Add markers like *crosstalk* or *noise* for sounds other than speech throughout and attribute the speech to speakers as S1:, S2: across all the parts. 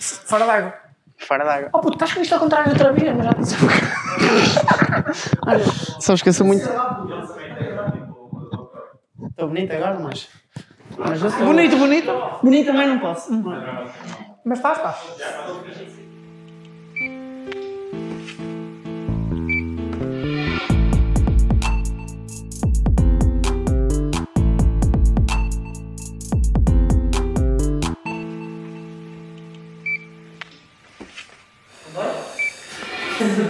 S1: Fora d'água.
S2: Fora d'água.
S1: Oh puto, estás com isto ao contrário outra vez, mas já disse. um
S2: *laughs*
S1: Olha,
S2: Sabes que eu sou muito.
S1: estou bonito agora, mas. Mas eu sou.
S2: Bonito, bonito.
S1: Bonito também não posso. Mas estás, pá.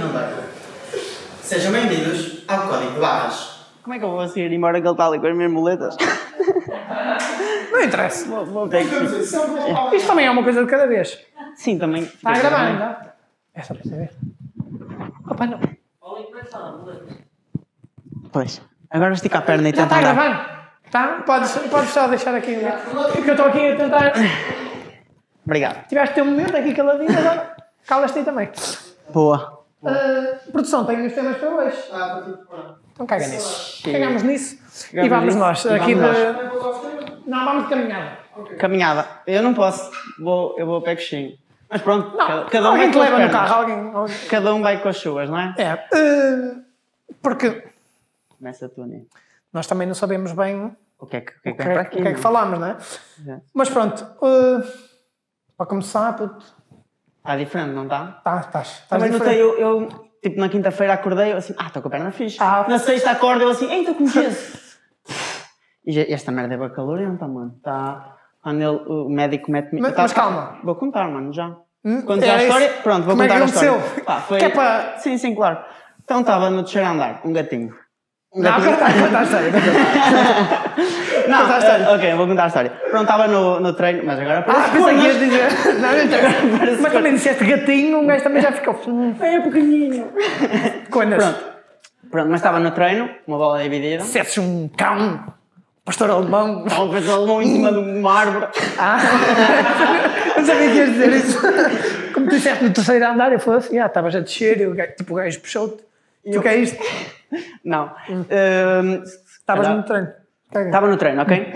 S3: Não dá. Sejam bem-vindos ao Código de Barras.
S2: Como é que eu vou assim ir embora que ele está ali com as minhas muletas?
S1: Não interessa.
S2: Vou- vou ter que-
S1: Isto também é uma coisa de cada vez.
S2: Sim, também.
S1: Está a gravar ainda? É só para saber. Opa, não.
S2: Pois. Agora estica a perna e
S1: Já
S2: tenta
S1: está a então.
S2: andar.
S1: gravar? Tá? Podes, podes só deixar aqui. né? Porque eu estou aqui a tentar.
S2: Obrigado.
S1: Tiveste teu momento aqui caladinho, agora calas-te aí também.
S2: Boa.
S1: Uh, produção, tenho os temas para hoje. Então caga nisso. Cagamos nisso e
S2: Cagamos
S1: vamos
S2: nisso.
S1: nós.
S2: E
S1: Aqui
S2: vamos
S1: de... Não, vamos de caminhada.
S2: Caminhada. Eu não posso. Vou, eu vou a pé coxinho. Mas pronto,
S1: Não,
S2: cada, cada um
S1: alguém
S2: vai
S1: te
S2: com as
S1: leva no
S2: pernas.
S1: carro, alguém. alguém-
S2: Cada um vai com as suas, não é?
S1: É. uh, porque
S2: Começa tu, né? Nino.
S1: nós também não sabemos bem
S2: O que é que, o que, é
S1: o
S2: que
S1: que,
S2: vem para
S1: é,
S2: aqui?
S1: o que é que falámos, não é?
S2: Exato.
S1: Mas pronto, uh, para começar, puto,
S2: Está diferente, não está?
S1: tá, estás. estás
S2: Também notei,
S1: diferente.
S2: eu, eu, tipo, na quinta-feira acordei, eu assim, ah, estou com a perna fixe.
S1: Ah.
S2: na sexta acordo, eu assim, ei, estou com gesso. *laughs* E já- esta merda é bem calorenta, mano. Tá, quando ele, o médico mete-me...
S1: Mas-
S2: eu tava-
S1: mas calma.
S2: Vou contar, mano, já.
S1: Hum,
S2: Quando já
S1: era
S2: a
S1: isso.
S2: história, pronto, vou
S1: Como é que
S2: contar a história.
S1: aconteceu?
S2: Pá, foi...
S1: Que é para-
S2: Sim, sim, claro. Então estava no terceiro andar, um gatinho. Um
S1: Não,
S2: gatinho-
S1: contaste, contaste aí, contaste.
S2: Não,
S1: conta a história.
S2: eh, ok, vou contar a história. Pronto, estava no, no treino, mas agora...
S1: Ah,
S2: parece
S1: pensei que
S2: cornas.
S1: ias dizer. Não, não interessa. Mas também disseste gatinho, um gajo também já ficou. hum, É pequenininho. Quando
S2: Pronto. Pronto, mas estava no treino, uma bola dividida.
S1: se és um cão, um pastor alemão.
S2: Talvez alemão um em cima de uma árvore.
S1: Ah, *laughs* não sabia que ias dizer isso. Como tu disseste no terceiro andar, eu falei assim: ah, estavas a descer e o gajo, tipo, o gajo puxou-te. E o que é isto?
S2: Não.
S1: Hum. Estavas
S2: Estavas
S1: no treino. Caga.
S2: Estava no treino, ok?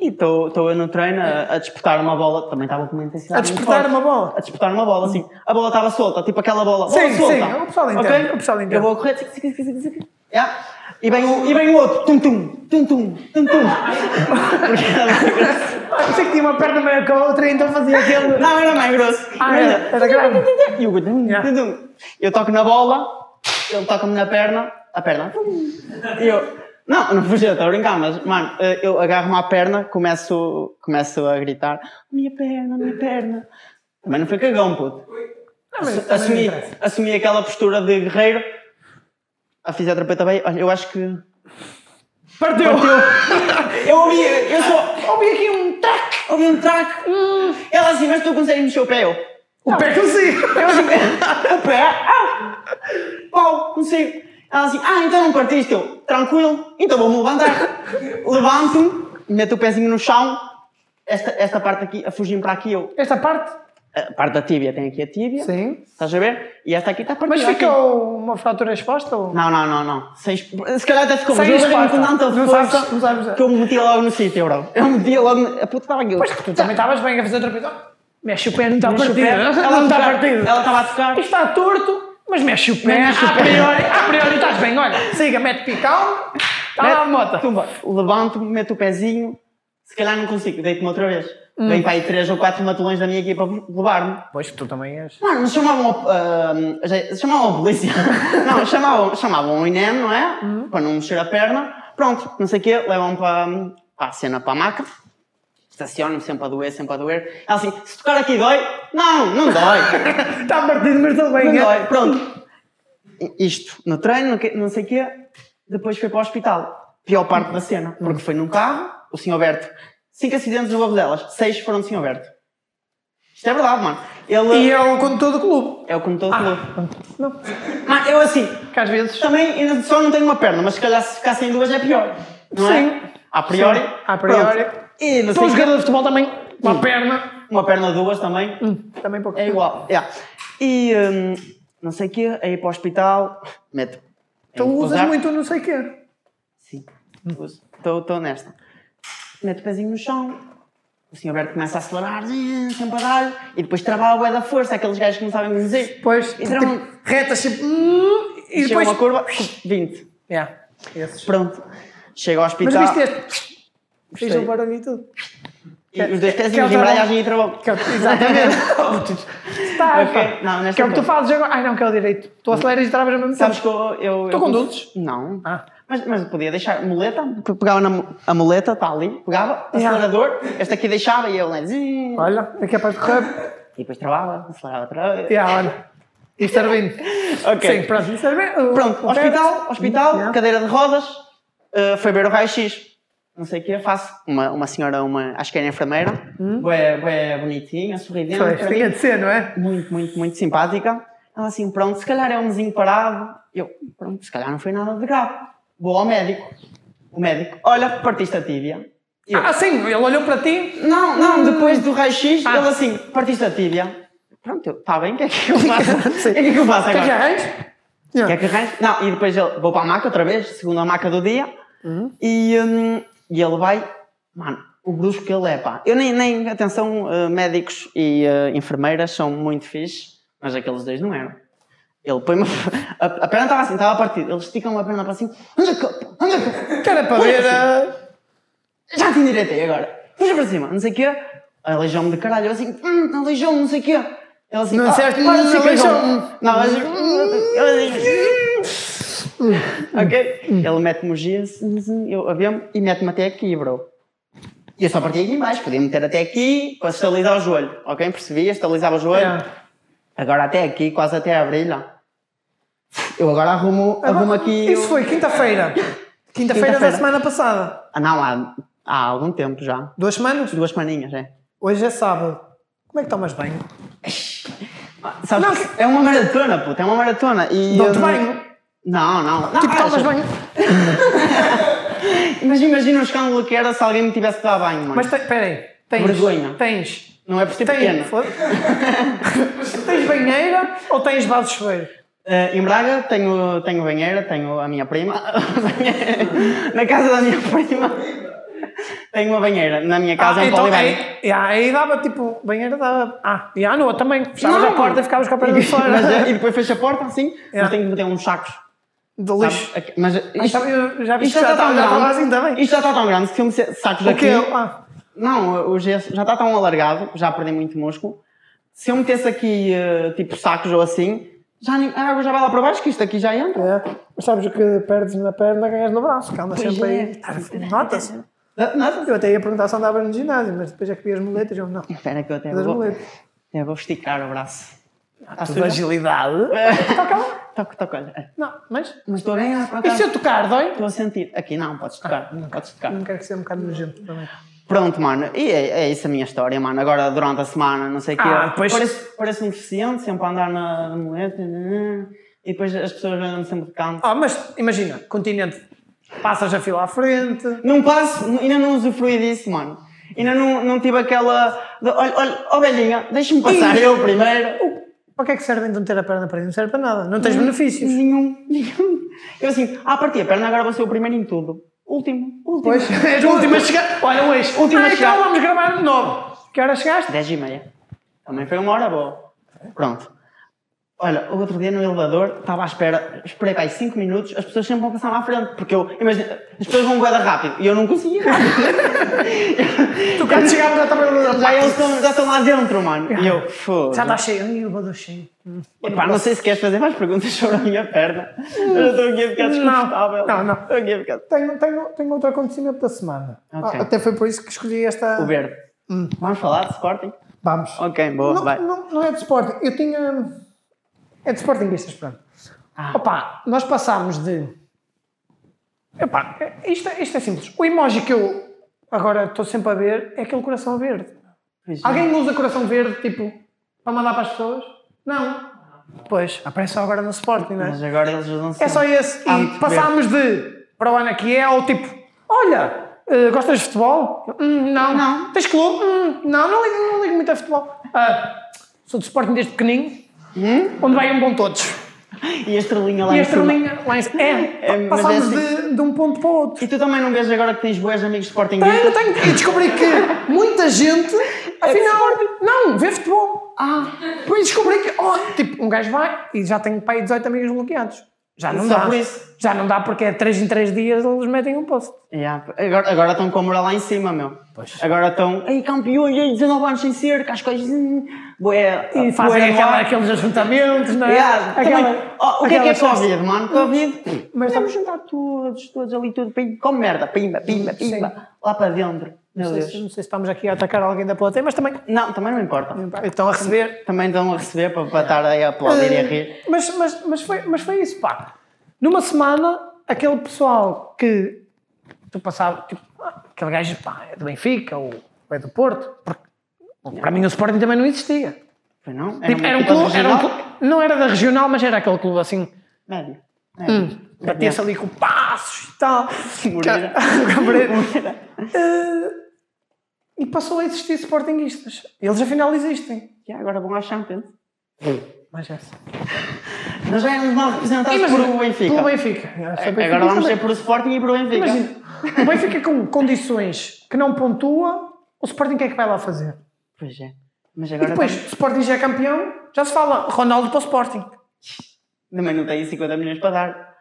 S2: E estou eu no treino a, a disputar uma bola, também estava com uma intensidade.
S1: A disputar
S2: muito forte.
S1: uma bola?
S2: A disputar uma bola, sim. A bola estava solta, tipo aquela bola. bola
S1: Sim,
S2: solta.
S1: sim, o pessoal entende,
S2: Ok?
S1: o pessoal entende.
S2: Eu vou a correr. tic, tic, tic, tic, tic, tic. Yeah. E vem o, e vem o outro, tum-tum, tum-tum, *laughs* tum-tum.
S1: Ah, pensei que tinha uma perna maior que a outra, então fazia aquele.
S2: Não, era mais grosso.
S1: Ah, era- era grande.
S2: E o tum,
S1: Yeah.
S2: tum, tum. Eu toco na bola, ele toca-me na perna, a perna. tum. E eu, não, não fugi, estou a brincar, mas, mano, eh, eu agarro-me à perna, começo, começo a gritar: minha perna, minha perna. Também não foi cagão, puto.
S1: Ah, mas também
S2: Assumi,
S1: não interessa.
S2: assumi aquela postura de guerreiro. A fisioterapeuta bem, olha, eu acho que.
S1: Partiu!
S2: *laughs* Eu ouvi, eu só
S1: Ouvi aqui um tac!
S2: ouvi um traque. Ela assim, mas tu consegues mexer o pé, eu.
S1: O pé consigo!
S2: Eu assim, o pé, ah, pau, consigo. Ela assim, ah, então não partiste, eu, tranquilo, então vou-me levantar. Levanto-me, meto o pezinho no chão, esta, esta parte aqui, a fugir para aqui, eu,
S1: Esta parte?
S2: a parte da tíbia, tem aqui a tíbia,
S1: Sim.
S2: estás a ver? E esta aqui está partida
S1: Mas
S2: aqui.
S1: ficou uma fratura exposta ou?
S2: Não, não, não, não. Seis... Se calhar até ficou, mas
S1: Sem
S2: eu agarrei-me com
S1: esparta.
S2: tanta
S1: Não
S2: força
S1: sabes- não sabes-
S2: que eu me meti logo no sítio, bro. Eu me meti logo, no- a puta estava aqui. eu-
S1: Pois que tu também estavas bem a fazer outra coisa. Ah, Mexe o pé, não está
S2: Mexe o
S1: partido.
S2: pé.
S1: Ela não está partido.
S2: Ela estava a tocar.
S1: Isto está torto, mas mexe o pé.
S2: Mexe o
S1: a,
S2: pé.
S1: Priori, a priori estás bem, olha. Siga, mete picão. Está lá a moto.
S2: Tumba. Levanto-me, meto o pezinho. Se calhar não consigo, deito-me outra vez.
S1: Hum.
S2: Vem para aí três ou quatro matulões da minha equipa levar-me.
S1: Pois que tu também és.
S2: Mano, mas chamavam a, ah, já- chamavam a polícia. *laughs* não, chamavam, chamavam o INEM, não é?
S1: Hum.
S2: Para não mexer a perna. Pronto, não sei o quê, levam para, para a cena, para a maca. Estacionam-me sempre a doer, sempre a doer. Ela assim, se tocar aqui dói? Não, não dói.
S1: Está partido, mas estou bem.
S2: Não
S1: é?
S2: dói, pronto. Isto, no treino, no que- não sei o quê, depois foi para o hospital. Pior parte da cena, porque foi num carro, o senhor Berto. Cinco acidentes no ovo delas, seis foram do senhor Berto. Isto é verdade, mano. Ele
S1: E Ah, é o condutor do clube.
S2: é o condutor do clube.
S1: Não.
S2: Mas eu assim,
S1: Que às vezes.
S2: também ainda só não tenho uma perna, mas se calhar se ficar sem duas é pior. Não
S1: Sim.
S2: é? Assim A priori.
S1: Sim, a priori.
S2: Pronto. E não
S1: São
S2: sei
S1: os
S2: o quê,
S1: jogadores de futebol também. Hum. Uma perna.
S2: uma perna ou duas também.
S1: Também pouco.
S2: É igual, yeah. E hum, não sei o quê, aí para o hospital, meto.
S1: Tu
S2: em
S1: usas
S2: usar-
S1: muito não sei o quê.
S2: Sim, uso. Estou nesta. Meto o pezinho no chão, O senhor Berto começa a acelerar, zin, sempre a dar, e depois travava a bué da força, aqueles gajos que não sabem conduzir.
S1: Depois,
S2: Isso era um-
S1: tipo, retas, tipo, hum, e
S2: Chega
S1: depois...
S2: uma curva, 20.
S1: Yeah, esses.
S2: Pronto. Chega ao
S1: Mas
S2: hospital.
S1: viste este? Fez
S2: Gostei.
S1: o barulho e tudo.
S2: E os dois pezinhos
S1: Aquela
S2: de embalagem e travou.
S1: Que é o- Exatamente. *laughs* Está,
S2: Ok,
S1: pá.
S2: não, nesta
S1: que é o que tu
S2: coisa.
S1: fazes agora. Ai não, que é o direito. Tu aceleras e travas ao mesmo tempo.
S2: *laughs* Sabes que eu. eu
S1: Tu
S2: eu-
S1: conduzes?
S2: Não.
S1: Ah.
S2: Mas, mas eu podia deixar muleta, pe- pegava na, mu- a muleta, está ali, pegava, acelerador, este aqui deixava e eu lá, zin,
S1: Olha, é capaz de *laughs* correr.
S2: e depois travava, acelerava outra vez.
S1: Yeah, olha. Isto era bem.
S2: Ok.
S1: Sim, pronto. Isto era bem.
S2: Pronto,
S1: O- o
S2: hospital,
S1: Pérez.
S2: hospital,
S1: Yeah.
S2: cadeira de rodas, eh, foi ver o raio-x. Não sei o que, faço. Uma, uma senhora, uma, acho que era enfermeira,
S1: Hum?
S2: bué, bué bonitinha, sorridente,
S1: Pois, tinha de ser, não é?
S2: muito, muito, muito simpática. Ela assim, pronto, se calhar é um vizinho parado. Eu, pronto, se calhar não foi nada de grave. Vou ao médico. O médico, olha, partiste a tíbia. Eu,
S1: Ah, sim, ele olhou para ti.
S2: não, não, depois do raio-x,
S1: Ah.
S2: ele assim, partiste a tíbia. Pronto, eu, está bem, o que é que
S1: *laughs*
S2: eu faço? O que é que eu faço
S1: O que é que
S2: agora?
S1: arranjas?
S2: O que é que arranjo? Não, e depois ele, vou para a maca outra vez, segunda maca do dia. E, hum, e ele vai, mano, o brusco que ele é, pá. Eu nem, nem atenção, eh, médicos e eh, enfermeiras são muito fixes, mas aqueles dois não eram. Ele põe-me. *laughs* A, a perna estava assim, estava partida. Eles esticam a perna para cima. é Anda cá, pá, anda cá.
S1: Que era para ver. ah,
S2: Já te endireitei agora. Puxa para cima, não sei o quê. Aleijou-me de caralho. Eu assim, hum, aleijou-me, não sei o quê. Ele assim,
S1: Não
S2: ah,
S1: disseste,
S2: para de
S1: hum,
S2: ser cagão.
S1: aleijou-me.
S2: Não, mas. Eu assim, hum. ok? Ele mete-me um o G, assim, eu avião e mete-me até aqui, bro. E eu só partia aqui embaixo, podia meter até aqui para estabilizar o joelho, ok? Percebia, estabilizava o joelho.
S1: Yeah.
S2: Agora até aqui, quase até à brilha. Eu agora arrumo, arrumo aqui.
S1: Isso
S2: o-
S1: foi quinta-feira. um- Quinta-feira da
S2: Quinta-feira.
S1: semana passada.
S2: Ah, não, há, há algum tempo já.
S1: Duas semanas?
S2: Duas maninhas, é.
S1: Hoje é sábado. Como é que tomas banho?
S2: Sabes,
S1: Não,
S2: que- é uma maratona, puta, é uma maratona. E
S1: Dão-te
S2: eu-
S1: banho?
S2: Não, não. não
S1: Tipo,
S2: ah,
S1: tomas
S2: já-
S1: banho?
S2: Mas imagina o escândalo que era se alguém me tivesse dado banho, mano.
S1: Mas tem- peraí. Tens.
S2: Vergonha.
S1: Tens.
S2: Não é por ser
S1: Tem,
S2: pequeno.
S1: foda- *laughs* tens banheira ou tens vaso de chuveiro?
S2: Eh, em Braga tenho, tenho banheira, tenho a minha prima. *laughs* na casa da minha prima. Tenho uma banheira. Na minha casa é
S1: então
S2: um polibanho.
S1: Ah, aí, yeah, aí dava tipo, banheira dava. Ah, e à noa também. Fechavas
S2: Não.
S1: a porta e ficavas com a
S2: *laughs*
S1: perna de é fora.
S2: Mas, eh, e depois fecho a porta assim,
S1: Yeah.
S2: mas tenho que meter uns sacos.
S1: de
S2: sabe?
S1: lixo. tá
S2: Aqui- Mas eh,
S1: Mas
S2: isto,
S1: sabe, eu já vi
S2: isto
S1: que
S2: já
S1: já
S2: está
S1: estava
S2: tão
S1: já estava assim
S2: grande.
S1: também.
S2: Isto já está tão grande. Se eu meter sacos
S1: O que
S2: aqui.
S1: é? Ah,
S2: Não, o gesso já está tão alargado, já perdi muito músculo. Se eu metesse aqui, eh, tipo, sacos ou assim, já nem- a água já vai lá para baixo, que isto aqui já entra.
S1: é. Mas sabes o que perdes na perna, ganhas no braço. Calma,
S2: Pois
S1: sempre
S2: é.
S1: aí. Ah, Nota-se.
S2: Ah, Não,
S1: Eu até ia perguntar se andava no ginásio, mas depois é que vi as muletas. Eu não.
S2: espera que eu até
S1: Das
S2: vou,
S1: muletas.
S2: até vou esticar o braço. Está
S1: Tudo
S2: sujo?
S1: agilidade. Toca lá.
S2: *laughs* Toca, toca, olha.
S1: Então, Não, mas.
S2: Mas estou bem, ah, por
S1: E se
S2: acaso.
S1: eu tocar, dói?
S2: Estou a sentir. Aqui não, podes tocar, não podes tocar.
S1: Não quero que seja um bocado nojento também.
S2: Pronto, mano, e é, é isso a minha história, mano. Agora, durante a semana, não sei o quê.
S1: Ah, depois-
S2: Parece, parece um deficiente, sempre a andar na muleta. né? E depois as pessoas andam sempre de canto.
S1: Ah, mas imagina, continente, passas a fila à frente.
S2: Não passo, ainda não usufruí disso, mano. Ainda não, não tive aquela. de, olha, olha, ó velhinha, deixa-me passar
S1: Ih.
S2: eu primeiro.
S1: O- Para que é que serve então ter a perna para Não serve para nada, não tens benefícios.
S2: Nenhum, nenhum. Eu assim, ah, parti a perna, agora vou ser o primeiro em tudo. Último, último.
S1: Pois, *laughs* és o último a chegar. Olha, hoje,
S2: Último a chegar.
S1: Então vamos gravar de novo. Que hora chegaste?
S2: 10 e meia. Também foi uma hora boa. Pronto. Olha, o outro dia no elevador, estava à espera, esperei para aí 5 minutos, as pessoas sempre vão passar lá à frente, porque eu, imagina, as pessoas vão guardar rápido, e eu não
S1: *laughs*
S2: conseguia.
S1: Tu *laughs* quando chegámos já estava.
S2: já eles estão, já estão lá dentro, mano. E eu, foda
S1: Já está cheio, Ai, eu vou do cheio. Hum.
S2: Epá, não sei se queres fazer mais perguntas *laughs* sobre a minha perna. Eu já estou aqui a ficar desconfortável.
S1: Não, não.
S2: Estou aqui a ficar...
S1: Tenho, tenho, tenho outro acontecimento da semana.
S2: Ok.
S1: Ah, até foi por isso que escolhi esta.
S2: O verde. Vamos falar de Sporting?
S1: Vamos.
S2: Ok, boa,
S1: Hum. não,
S2: vai.
S1: não- não é de Sporting. Eu tinha. É de Sportingistas, pronto. Ah. Opa, nós passámos de. Epá, isto, é- isto é simples. O emoji que eu agora estou sempre a ver é aquele coração verde.
S2: Pois não.
S1: Alguém usa coração verde, tipo, para mandar para as pessoas? Não. Pois, aparece só agora no Sporting, não é?
S2: Mas agora eles usam
S1: É só esse.
S2: Ah,
S1: E
S2: muito
S1: passámos de para o ano que é ao tipo, olha, eh, gostas de futebol? Hum, não.
S2: Não.
S1: Tens clube? Hum, não, não ligo, não ligo muito a futebol. Ah, sou de Sporting desde pequenino, onde vai um bom todos.
S2: E a estrelinha Hum? lá
S1: E a
S2: em cima.
S1: estrelinha lá em cima. É,
S2: É, mas
S1: passámos
S2: é
S1: de, de um ponto para o outro.
S2: E tu também não vês agora que tens boas amigos
S1: Tenho,
S2: sportinguistas?
S1: tenho. E descobri que muita gente, afinal, não, vê futebol.
S2: Ah,
S1: Depois descobri que, oh, tipo, um gajo vai e já tenho pai 18 amigos bloqueados. Já não
S2: Só
S1: dá.
S2: por isso?
S1: Já não dá porque é 3 em 3 dias eles metem um post.
S2: yeah. agora, agora estão com a moral lá em cima, meu. Agora estão, ei campeões, ei, 19 anos sem cerca, as coisas... hum, Bué,
S1: E fazem
S2: bué no
S1: aquela-
S2: ar.
S1: aqueles ajuntamentos, não é?
S2: Yeah, também-
S1: Aquela-
S2: Oh, o que é que é
S1: aquelas festas.
S2: Covid, mano? Covid,
S1: Mas
S2: mas
S1: estamos-
S2: estamos juntar todos, todos ali, tudo, pim, com merda, pimba, pimba, pimba, lá para dentro. Meu
S1: Não sei, se-
S2: Deus.
S1: não sei se estamos aqui a atacar alguém da plateia, mas também
S2: Não, também não importa.
S1: estão Então, a receber
S2: Também dão a receber para, para estar aí a aplaudir e a rir.
S1: Ah, Mas, mas, mas, foi, mas foi isso, pá. Numa semana, aquele pessoal que tu passava, tipo, ah, aquele gajo, pá, é do Benfica ou é do Porto, porque para mim o Sporting também não existia.
S2: Foi não?
S1: Tipo,
S2: uma
S1: era um
S2: equipa
S1: clube, era um
S2: regional?
S1: clube- não era da regional, mas era aquele clube assim,
S2: Médio. é.
S1: batia-se ali com passos e tal. *laughs*
S2: Moreira.
S1: Hum. Ca- Moreira. Eh, e passou a existir Sportingistas. Eles afinal existem.
S2: *laughs* E agora vão à Champions.
S1: Mas é assim.
S2: Nós já éramos mal representados pelo Benfica.
S1: Pelo Benfica. Eu sou benfiquista
S2: Agora vamos
S1: também.
S2: ser por Sporting e por Benfica.
S1: Imagina, o Benfica com condições que não pontua, o Sporting o que é que vai lá fazer?
S2: Pois é. Mas
S1: E
S2: agora
S1: depois,
S2: tam-
S1: o Sporting já é campeão, já se fala Ronaldo para o Sporting.
S2: também não tem 50 milhões para dar.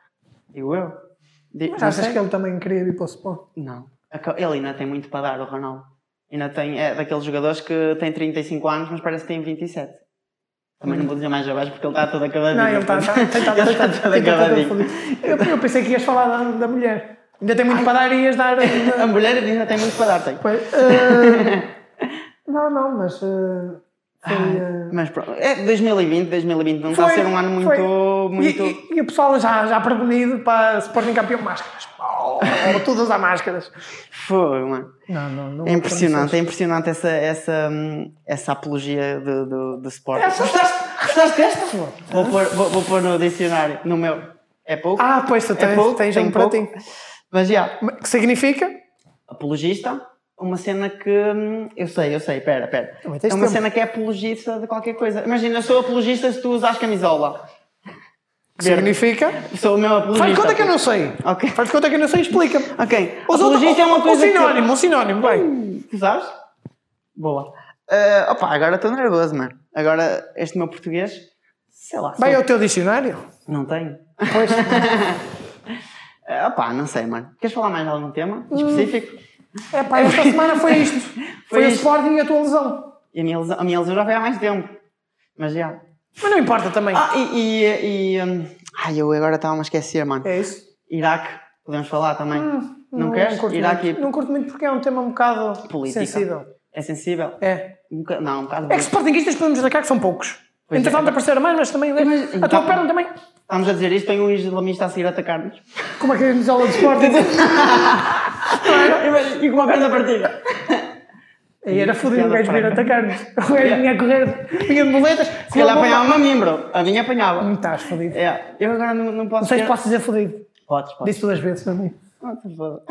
S2: Digo eu. Digo,
S1: Mas
S2: não
S1: achas
S2: sei.
S1: que ele também queria ir para o Sporting?
S2: Não. Aca- Ele ainda tem muito para dar, o Ronaldo. Ainda tem, é daqueles jogadores que tem 35 anos, mas parece que tem 27. Também não vou dizer mais abaixo porque ele está todo acabadinho.
S1: Não, ele tá- está está- está- está-
S2: Ele está
S1: está-
S2: todo
S1: está- está todo
S2: acabadinho.
S1: fodido. tá- Eu eu pensei que ias falar da, da mulher. Ainda tem muito para dar e ias dar. *laughs*
S2: A mulher ainda tem muito para dar, tem.
S1: Pois, eh, não, não, mas. eh, foi, eh,
S2: Mas pronto, é 2020, 2020 não está a
S1: foi-
S2: ser um ano muito.
S1: foi.
S2: muito...
S1: E, e- e o pessoal já, já prevenido para Sporting campeão máscaras. *laughs* Oh, todas as máscaras.
S2: Foi, mano.
S1: Não, não, não.
S2: É impressionante, é impressionante essa, essa, hum, essa apologia do, do, do Sporting.
S1: Essa-
S2: Gostaste desta? Vou pôr, vou, vou pôr no dicionário, no meu. É pouco?
S1: É. Ah, pois tu tens,
S2: é pouco,
S1: tens
S2: tem
S1: um para
S2: pouco.
S1: ti.
S2: Mas já,
S1: Que significa?
S2: apologista, uma cena que. hum, Eu sei, eu sei, pera, pera. É
S1: Também
S2: uma
S1: tens tempo.
S2: cena que é apologista de qualquer coisa. Imagina, eu sou apologista se tu usas camisola.
S1: Que
S2: Verde.
S1: significa?
S2: Sou o meu apologista.
S1: Faz de conta que eu não sei.
S2: Ok.
S1: Faz de conta que eu não sei, explica-me.
S2: Ok.
S1: Os
S2: apologista
S1: outros-
S2: é uma
S1: Um
S2: coisa. que-
S1: sinónimo, um sinónimo, vai.
S2: Tu sabes? Boa.
S1: Eh,
S2: Ah, opa, agora estou nervoso, mano. Agora, este meu português, sei lá.
S1: Vai
S2: sou-
S1: ao teu dicionário.
S2: Não tenho. *laughs*
S1: Pois.
S2: Ah, opa, não sei, mano. Queres falar mais de algum tema específico?
S1: É pá, *laughs* esta semana foi isto. Foi,
S2: Foi
S1: o
S2: isto.
S1: Sporting e a tua lesão.
S2: E a minha lesão, a minha lesão já foi há mais tempo. Mas já.
S1: Mas não importa também.
S2: Ah, e. e, e, hum, ai, eu agora estava a esquecer, mano.
S1: É isso.
S2: Iraque, podemos falar também.
S1: Ah.
S2: não, queres?
S1: curto
S2: Iraque
S1: muito. Não curto muito porque é um tema um bocado
S2: Política.
S1: sensível.
S2: é sensível?
S1: É.
S2: Um boca- não, um bocado.
S1: É que Sportingistas podemos destacar que são poucos.
S2: Pois é.
S1: Entretanto apareceram mais, mas também...
S2: Mas,
S1: a tua
S2: então-
S1: perna também.
S2: Estamos a dizer isto, tem um islamista a seguir a atacar-nos.
S1: Como é que a camisola do
S4: *laughs*
S1: Sporting...
S2: e com uma grande partida.
S1: E era fodido o gajo vir atacar-nos. O gajo vinha a correr, vinha de boletas.
S2: Se calhar apanhava-me a mim, bro. A minha apanhava.
S1: Não estás fodido.
S2: É, eu agora não, não
S1: Hum. Não
S2: posso.
S1: sei se
S2: ter-
S1: posso dizer fodido.
S2: Podes, podes.
S1: Disse duas vezes para mim.
S2: Ah, por favor.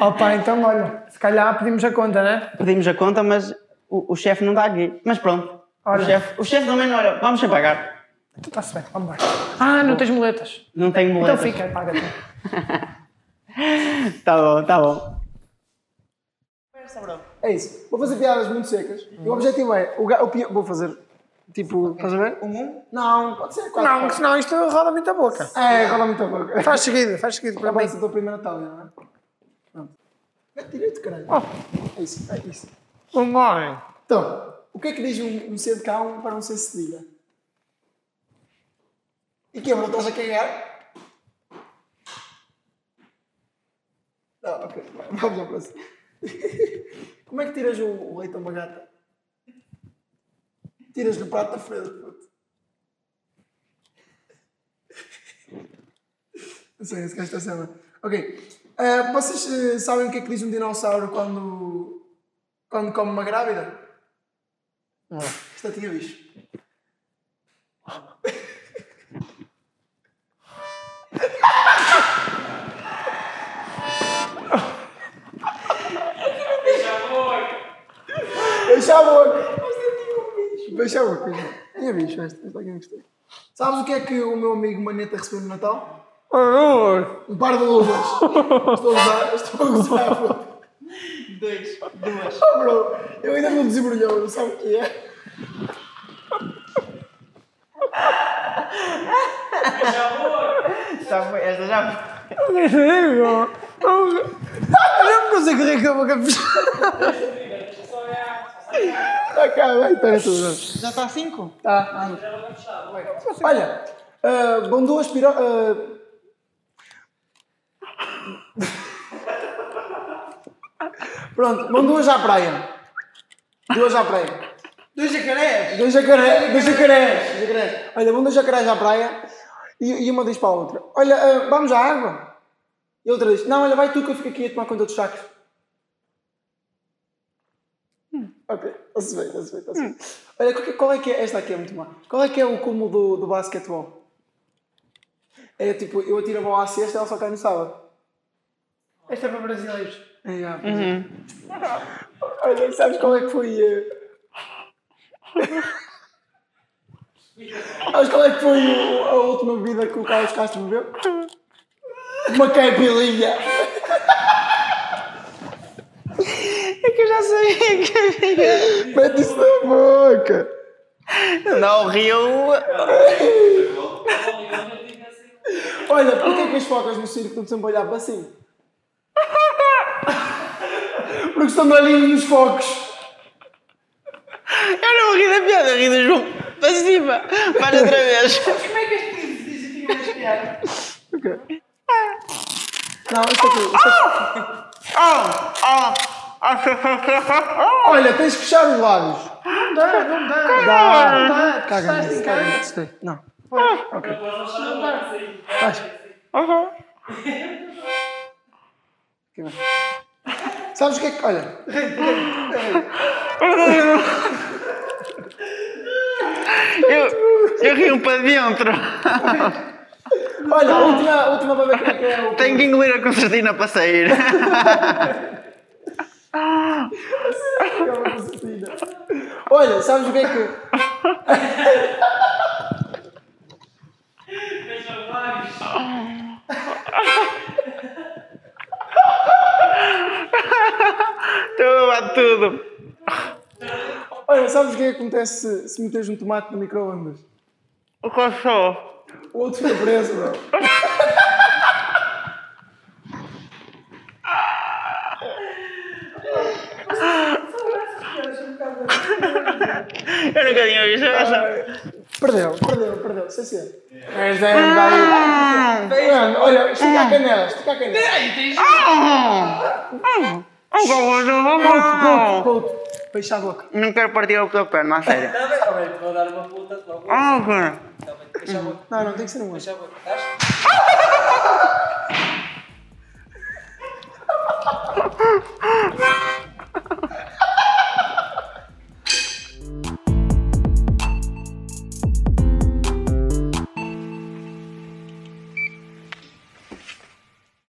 S1: Opa, então olha, se calhar pedimos a conta, né?
S2: Pedimos a conta, mas o, o chefe não dá aqui. Mas pronto.
S1: Olha.
S2: O chefe o chefe também não era. Vamos sem pagar.
S1: Tu está-se Então bem, vamos embora. Ah, não tens moletas.
S2: Não tenho
S1: Então
S2: moletas.
S1: fica, paga-te.
S2: Tá bom, tá bom.
S4: É isso. Vou fazer piadas muito secas. E o objetivo é. O, ga- o pi- Vou fazer. Tipo. Estás a ver?
S2: Um?
S4: Não, pode ser. Quatro,
S1: Não, que senão isto roda muito a boca.
S4: É, rola muito a *laughs* boca.
S1: Faz seguido, faz seguido para mim.
S4: Parece a tua primeira tábua, não é? Pronto. É direito, caralho.
S1: Oh,
S4: É isso, é isso.
S1: um homem.
S4: Então, o que é que diz um, um C de cão para um C de cedilha? E que é, bro? Estás a cagar? Não, Ah, ok. Vamos ao próximo. *laughs* Como é que tiras o, o leite a uma gata? Tiras no prato da frente, puto. Não sei, esse gajo está sendo. Ok. Ah, vocês eh, sabem o que é que diz um dinossauro quando, quando come uma grávida? Isto eu tinha visto. Fecha a boca! Fecha a boca! Deixa eu ver. Tinha visto esta, esta aqui não gostei. Sabes o que é que o meu amigo Maneta recebeu no Natal?
S1: Horror!
S4: Um par de *laughs* luvas. estou a gozar, estou a gozar, bro.
S2: Dois, duas.
S4: Oh, bro, eu ainda não desembrulhou, não sabe o que é?
S2: é Já foi, esta já foi.
S1: Que
S4: é
S1: terrível!
S4: Ah,
S1: Eu não consigo rir com a boca fechada.
S4: Está Tá cá, vai, espera tudo.
S2: Já está cinco?
S4: Tá, anda. Olha, ah, vão duas piro... ah, Pronto, vão duas à praia. Duas à praia.
S3: Dois jacarés!
S4: Dois jacarés, dois jacarés, dois jacarés. Olha, vão dois jacarés à praia e, e uma diz para a outra: Olha, ah, vamos à água? E a outra diz: Não, olha, vai tu que eu fico aqui a tomar conta dos sacos. Ok, está-se bem, está-se bem, está-se bem. Olha, qual que- qual é que é, esta aqui é muito má. Qual é que é o cúmulo do, do basquetebol? É tipo, eu atiro a bola à sexta e ela só cai no sábado.
S1: Esta é para brasileiros.
S4: É, já, pois é. *laughs* Olha, sabes qual é que foi... *laughs* eh? sabes qual é que foi o- a última bebida que o Carlos Castro bebeu? *laughs* Uma caipirinha!
S2: É que eu já sabia que
S4: Mete isso na boca!
S2: havia. Não, riu.
S4: Olha, porquê que as focas no circo estão sempre a olhar para *laughs* cima? Porque estão de olhinho nos focos.
S2: Eu não ri da piada, eu ri do João. Para cima, para outra vez.
S4: Não, isto aqui. Isto aqui.
S2: Ah, ah, ah.
S4: Olha, tens que fechar os lábios.
S1: Não dá, não dá.
S4: Dá.
S1: Não dá.
S4: Caga
S1: Estás
S4: nisso,
S1: em
S4: caga
S1: casa.
S4: nisso. tens. Não.
S1: Não dá.
S4: Vais.
S2: Aham.
S4: Aqui vai. Sabes o que é que. Olha.
S2: Eu, *laughs* eu rio para dentro.
S4: Olha, a última, a última para ver como é que é o.
S2: Tenho que engolir a concertina para sair.
S4: que é uma concertina. Olha, sabes o que é que.
S2: Estou a tudo.
S4: Olha, sabes o que é que acontece se, se meteres um tomate no micro-ondas?
S2: O coçou.
S4: O outro fica preso, bro.
S2: Eu nunca tinha visto essa.
S4: Perdeu, perdeu, perdeu. Sem ser. Mas é, Ah! vai. Mano, Olha, estica a canela, estica a canela.
S2: Um coçou.
S4: Pouco, fecha a boca.
S2: Não quero partir a tua perna, a sério.
S5: Está bem, está bem, vou dar uma puta, logo.
S2: Ah, cara.
S5: Está bem, deixa a boca,
S4: Não, não, tem que ser um anjo.
S5: deixa a boca, estás?